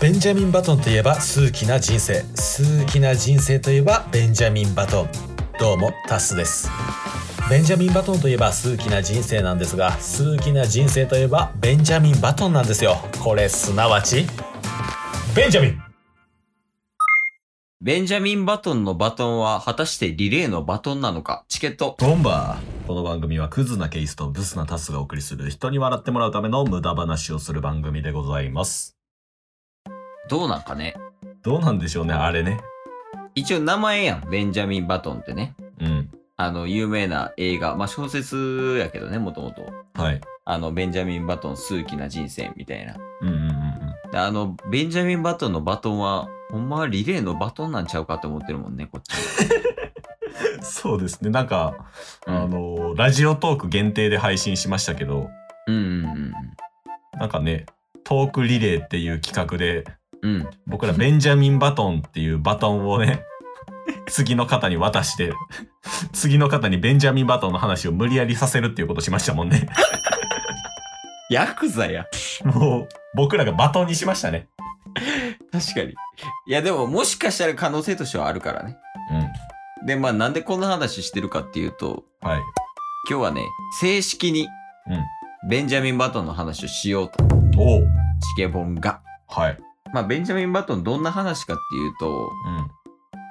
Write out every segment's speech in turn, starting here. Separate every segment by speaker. Speaker 1: ベンジャミン・バトンといえば数奇な人生数奇な人生といえばベンジャミン・バトンどうもタスですベンジャミン・バトンといえば数奇な人生なんですが数奇な人生といえばベンジャミン・バトンなんですよこれすなわちベンジャミン
Speaker 2: ベンジャミン・バトンのバトンは果たしてリレーのバトンなのかチケット。
Speaker 1: ボンバーこの番組はクズなケイスとブスなタスがお送りする人に笑ってもらうための無駄話をする番組でございます
Speaker 2: どうなんかね
Speaker 1: どうなんでしょうねあれね
Speaker 2: 一応名前やん。ベンジャミン・バトンってね。
Speaker 1: うん
Speaker 2: あの、有名な映画。まあ、小説やけどね、もともと。
Speaker 1: はい
Speaker 2: あの、ベンジャミン・バトン、数奇な人生みたいな。
Speaker 1: うんうんうんうん
Speaker 2: であの、ベンジャミン・バトンのバトンは、ほんまはリレーのバトンなんちゃうかって思ってるもんね、こっち。
Speaker 1: そうですねなんか、
Speaker 2: うん
Speaker 1: あのーラジオトーク限定で配信しましたけど
Speaker 2: うんうん
Speaker 1: なんかねトークリレーっていう企画で
Speaker 2: うん。うん。
Speaker 1: 僕らベンジャミン・バトンっていうバトンを ね次の方に渡して次の方にベンジャミン・バトンの話を無理やりさせるっていうことしましたもん ね
Speaker 2: ヤクザや。
Speaker 1: もう僕らがバトンにしましたね
Speaker 2: 確かに。いや、でも、もしかしたら可能性としてはあるからね。
Speaker 1: うん
Speaker 2: で、まあ、なんでこんな話してるかっていうと、
Speaker 1: はい
Speaker 2: 今日はね、正式に、ベンジャミン・バトンの話をしようと。
Speaker 1: おう
Speaker 2: チケボンが。
Speaker 1: はい
Speaker 2: まあ、ベンジャミン・バトンどんな話かっていうと、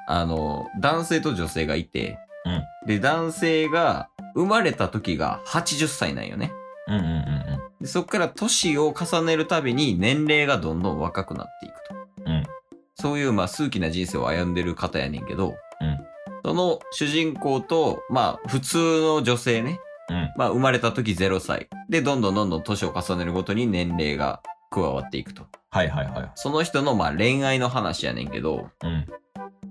Speaker 2: あの、男性と女性がいて、
Speaker 1: うん
Speaker 2: で、男性が生まれた時が80歳なんよね。
Speaker 1: うんうんうん
Speaker 2: でそこから年を重ねるたびに年齢がどんどん若くなっていくと。
Speaker 1: うん
Speaker 2: そういう、まあ、数奇な人生を歩んでる方やねんけど、
Speaker 1: うん
Speaker 2: その主人公と、まあ、普通の女性ね、
Speaker 1: うんうん
Speaker 2: まあ、生まれた時0歳。で、どんどんどんどん年を重ねるごとに年齢が加わっていくと。
Speaker 1: はいはいはい
Speaker 2: その人の、まあ、恋愛の話やねんけど、
Speaker 1: うん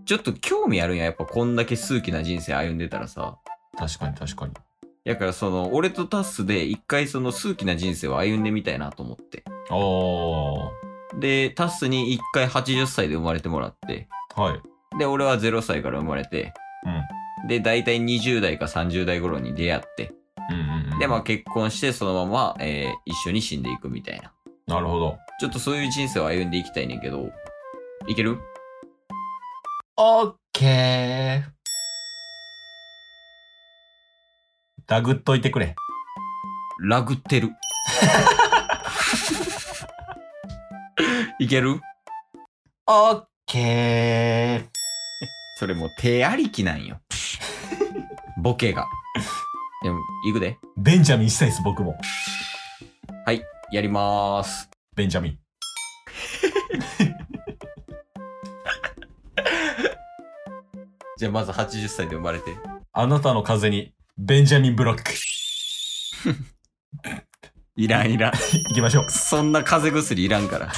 Speaker 2: ちょっと興味あるんや、やっぱこんだけ数奇な人生歩んでたらさ。
Speaker 1: 確かに確かに
Speaker 2: やからその、俺とタスで一回その数奇な人生を歩んでみたいなと思って。
Speaker 1: おー
Speaker 2: で、タスに一回80歳で生まれてもらって。
Speaker 1: はい
Speaker 2: で、俺は0歳から生まれて。で、大体20代か30代頃に出会って。
Speaker 1: うんうんうんうん
Speaker 2: で、まあ結婚してそのまま、えー一緒に死んでいくみたいな。
Speaker 1: なるほど
Speaker 2: ちょっとそういう人生を歩んでいきたいねんけど。いける
Speaker 1: オッケー。ダグっといてくれ。
Speaker 2: ラグってる。いける
Speaker 1: オッケ
Speaker 2: それもう手ありきなんよ。ボケが。でも、行くで。
Speaker 1: ー。ベンジャミンしたいです、僕も。
Speaker 2: はい、やりまーす。
Speaker 1: ベンジャミン。
Speaker 2: じゃあまず80歳で生まれて。
Speaker 1: あなたの風に、ベンジャミンブロック。
Speaker 2: いらんいらん。
Speaker 1: 行きましょう。
Speaker 2: そんな風邪薬いらんから。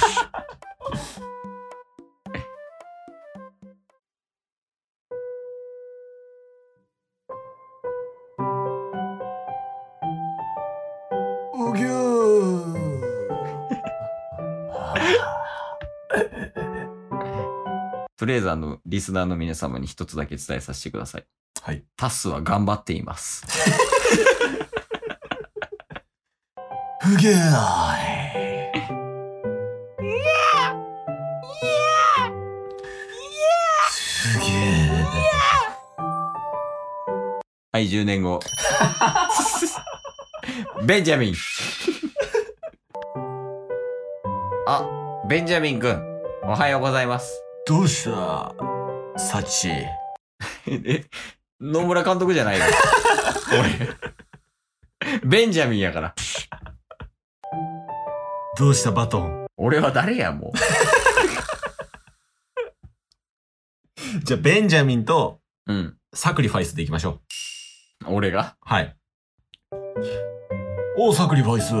Speaker 1: うぎゅー。
Speaker 2: とりあえずあの、リスナーの皆様に一つだけ伝えさせてください。
Speaker 1: はい。
Speaker 2: タスは頑張っています。
Speaker 1: うぎゅー。すげえ。
Speaker 2: はい、10年後。 ベンジャミン。あ、ベンジャミン君、おはようございます。
Speaker 1: どうしたサチ。
Speaker 2: え、野村監督じゃないの 俺。ベンジャミンやから。
Speaker 1: どうしたバトン
Speaker 2: 俺は誰や、も
Speaker 1: じゃあ、ベンジャミンと
Speaker 2: う。うん。
Speaker 1: サクリファイスでいきましょう。
Speaker 2: 俺が
Speaker 1: はい。おう、サクリファイス。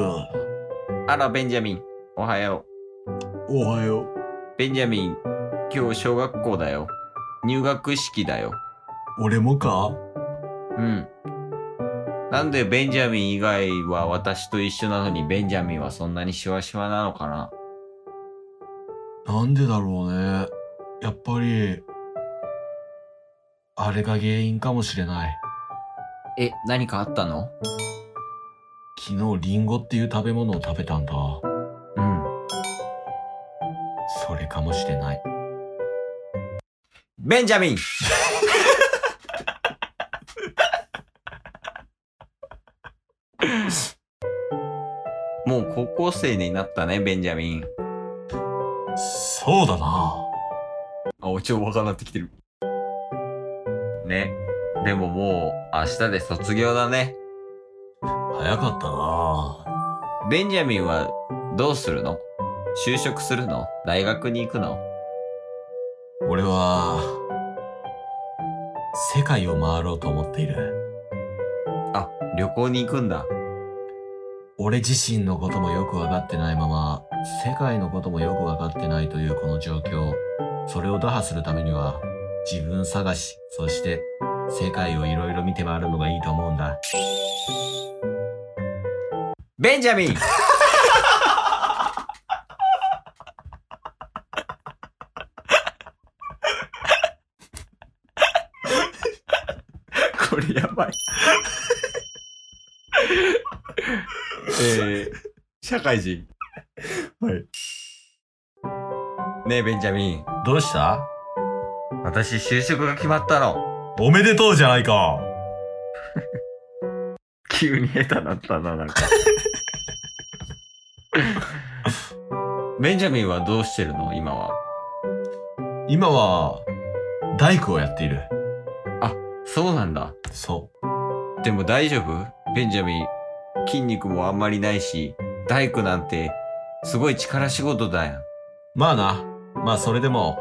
Speaker 2: あら、ベンジャミン。おはよ
Speaker 1: おはよう。
Speaker 2: う。ベンジャミン、今日小学校だよ。入学式だよ。
Speaker 1: 俺もか
Speaker 2: うん。なんでベンジャミン以外は私と一緒なのにベンジャミンはそんなにシワシワなのかな
Speaker 1: なんでだろうね。やっぱり、あれが原因かもしれない。
Speaker 2: え、何かあったの
Speaker 1: 昨日、リンゴっていう食べ物を食べたんだ。
Speaker 2: うん。それかもしれない。ベンジャ ミンもう高校生になったね、ベンジャミン。
Speaker 1: そうだな
Speaker 2: あ、おちょわかなってきてる。ね。でももう、明日で卒業だね。
Speaker 1: 早かったな
Speaker 2: ベンジャミンは、どうするの就職するの大学に行くの
Speaker 1: 俺は、世界を回ろうと思っている。
Speaker 2: あ、旅行に行くんだ。
Speaker 1: 俺自身のこともよくわかってないまま、世界のこともよくわかってないというこの状況、それを打破するためには、自分探し、そして、世界をいろいろ見て回るのがいいと思うんだ。
Speaker 2: ベンジャミン これやばい。えー、社会人。
Speaker 1: はい。
Speaker 2: ねえ、ベンジャミン。
Speaker 1: どうした
Speaker 2: 私、就職が決まったの。
Speaker 1: おめでとうじゃないか
Speaker 2: 急に下手なったな、なんか。 ベンジャミンはどうしてるの今は。
Speaker 1: 今は、大工をやっている。
Speaker 2: そうなんだ。
Speaker 1: そ
Speaker 2: でも大丈夫ベンジャミン、筋肉もあんまりないし、大工なんて、すごい力仕事だよ。
Speaker 1: う。まあな。まあそれでも、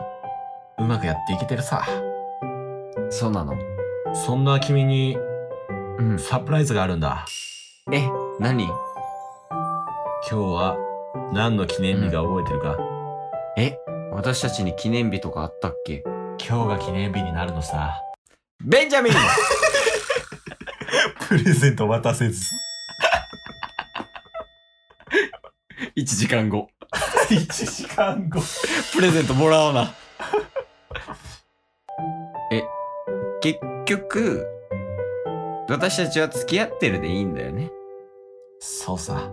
Speaker 1: うまくやっていけてるさ。
Speaker 2: そうなの
Speaker 1: そんな君に
Speaker 2: うん。
Speaker 1: サプライズがあるんだ。
Speaker 2: え、何
Speaker 1: 今日は何の記念日が覚えてるか、
Speaker 2: え、私たちに記念日とかあったっけ
Speaker 1: 今日が記念日になるのさ。
Speaker 2: ベンジャミ ン
Speaker 1: プレゼント渡せず。
Speaker 2: !1 時間後。
Speaker 1: 1時間後。
Speaker 2: プレゼントもらおうな。 え、結局、私たちは付き合ってるでいいんだよね。
Speaker 1: そうさ。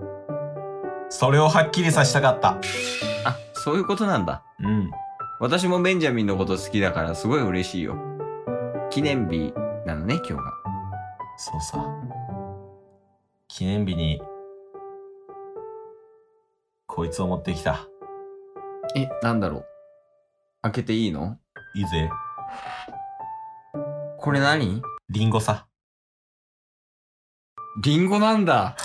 Speaker 1: それをはっきりさせたかった。
Speaker 2: あ、そういうことなんだ。
Speaker 1: うん。
Speaker 2: 私もベンジャミンのこと好きだからすごい嬉しいよ。記念日なのね、今日が。
Speaker 1: そうさ。記念日に、こいつを持ってきた。
Speaker 2: え、なんだろう。開けていいの
Speaker 1: いいぜ。
Speaker 2: これ何
Speaker 1: リンゴさ。
Speaker 2: リンゴなん だ。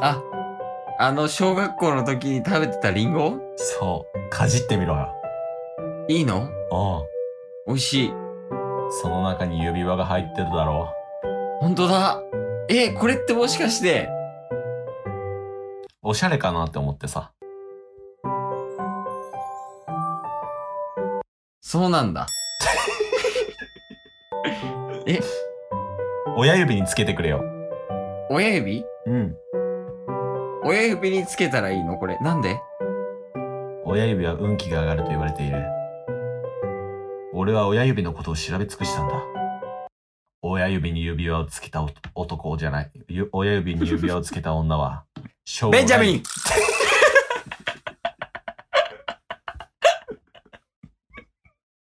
Speaker 2: あ、あの、小学校の時に食べてたリンゴ
Speaker 1: そう。かじってみろよ。
Speaker 2: いいの
Speaker 1: う
Speaker 2: 美味しい。
Speaker 1: ん。その中に指輪が入ってるだろ
Speaker 2: ほんとだ。え、これってもしかして、
Speaker 1: おしゃれかなって思ってさ。
Speaker 2: そうなんだ。
Speaker 1: 親指につけてくれよ。
Speaker 2: 親指
Speaker 1: うん。
Speaker 2: 親指につけたらいいのこれ。なんで
Speaker 1: 親指は運気が上がると言われている。俺は親指のことを調べ尽くしたんだ。親指に指輪をつけたお男じゃない。ゆ親指に指輪をつけた女は、将来
Speaker 2: ベンジャミン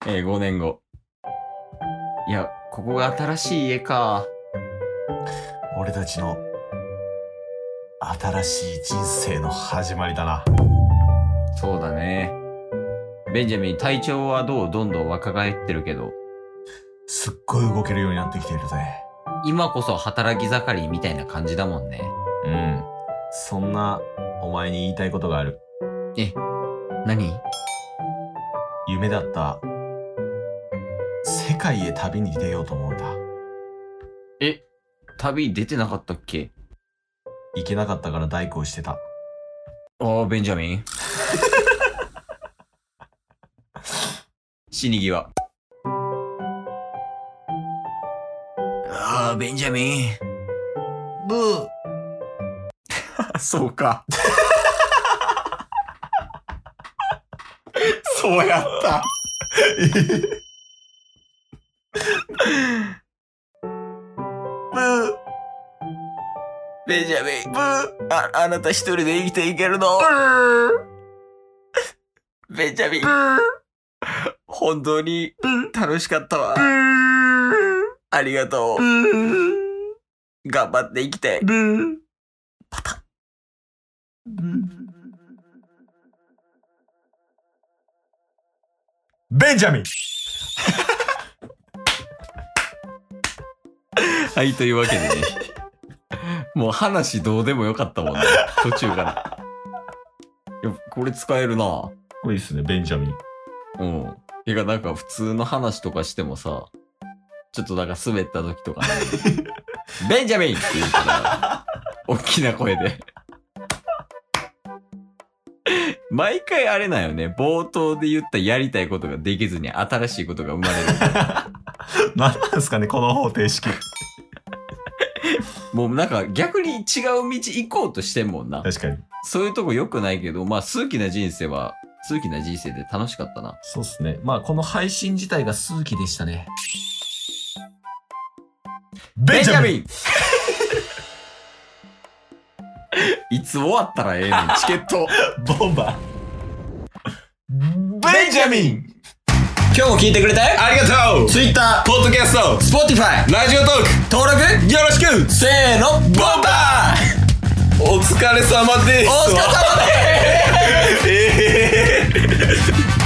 Speaker 2: えー、5年後。いや、ここが新しい家か。
Speaker 1: 俺たちの新しい人生の始まりだな。
Speaker 2: そうだね。ベンジャミン、体調はどうどんどん若返ってるけど、
Speaker 1: すっごい動けるようになってきているぜ。
Speaker 2: 今こそ働き盛りみたいな感じだもんね。
Speaker 1: うん。そんなお前に言いたいことがある。
Speaker 2: え、何
Speaker 1: 夢だった世界へ旅に出ようと思うんだ
Speaker 2: え、旅出てなかったっけ
Speaker 1: 行けなかったから大工をしてた
Speaker 2: ああ、ベンジャミン。死に際。ああ、ベンジャミン。
Speaker 1: ブー
Speaker 2: そうか。 そうやった。
Speaker 1: ブー
Speaker 2: ベンジャミン、
Speaker 1: ブー
Speaker 2: あ、あなた一人で生きていけるのベンジャミン。本当に楽しかったわ。ありがとう。頑張って生きて。パタ
Speaker 1: ベンジャミン
Speaker 2: はい、というわけでね。もう話どうでもよかったもんね。途中から。いや、これ使えるな。
Speaker 1: これいいっすね、ベンジャミン。
Speaker 2: うん。てか、なんか普通の話とかしてもさ、ちょっとなんか滑った時とか、ね、ベンジャミンって言うから、大きな声で。毎回あれなんよね。冒頭で言ったやりたいことができずに新しいことが生まれる。
Speaker 1: 何なんですかね、この方程式。
Speaker 2: もうなんか逆に違う道行こうとしてんもんな。
Speaker 1: 確かに。
Speaker 2: そういうとこ良くないけど、まあ、数奇な人生は、数奇な人生で楽しかったな。
Speaker 1: そうっすね。まあ、この配信自体が数奇でしたね。ベンジャミン
Speaker 2: ン いつ終わったらええねん、チケット。
Speaker 1: ボンバー。ベンジャミン
Speaker 2: 今日も聞いてくれてありがとう
Speaker 1: Twitter、
Speaker 2: ポッドキャスト、
Speaker 1: Spotify、
Speaker 2: ラジオトーク、登録よろしく
Speaker 1: せーの、
Speaker 2: ボンバーお疲れ様ですお疲れ様ですえー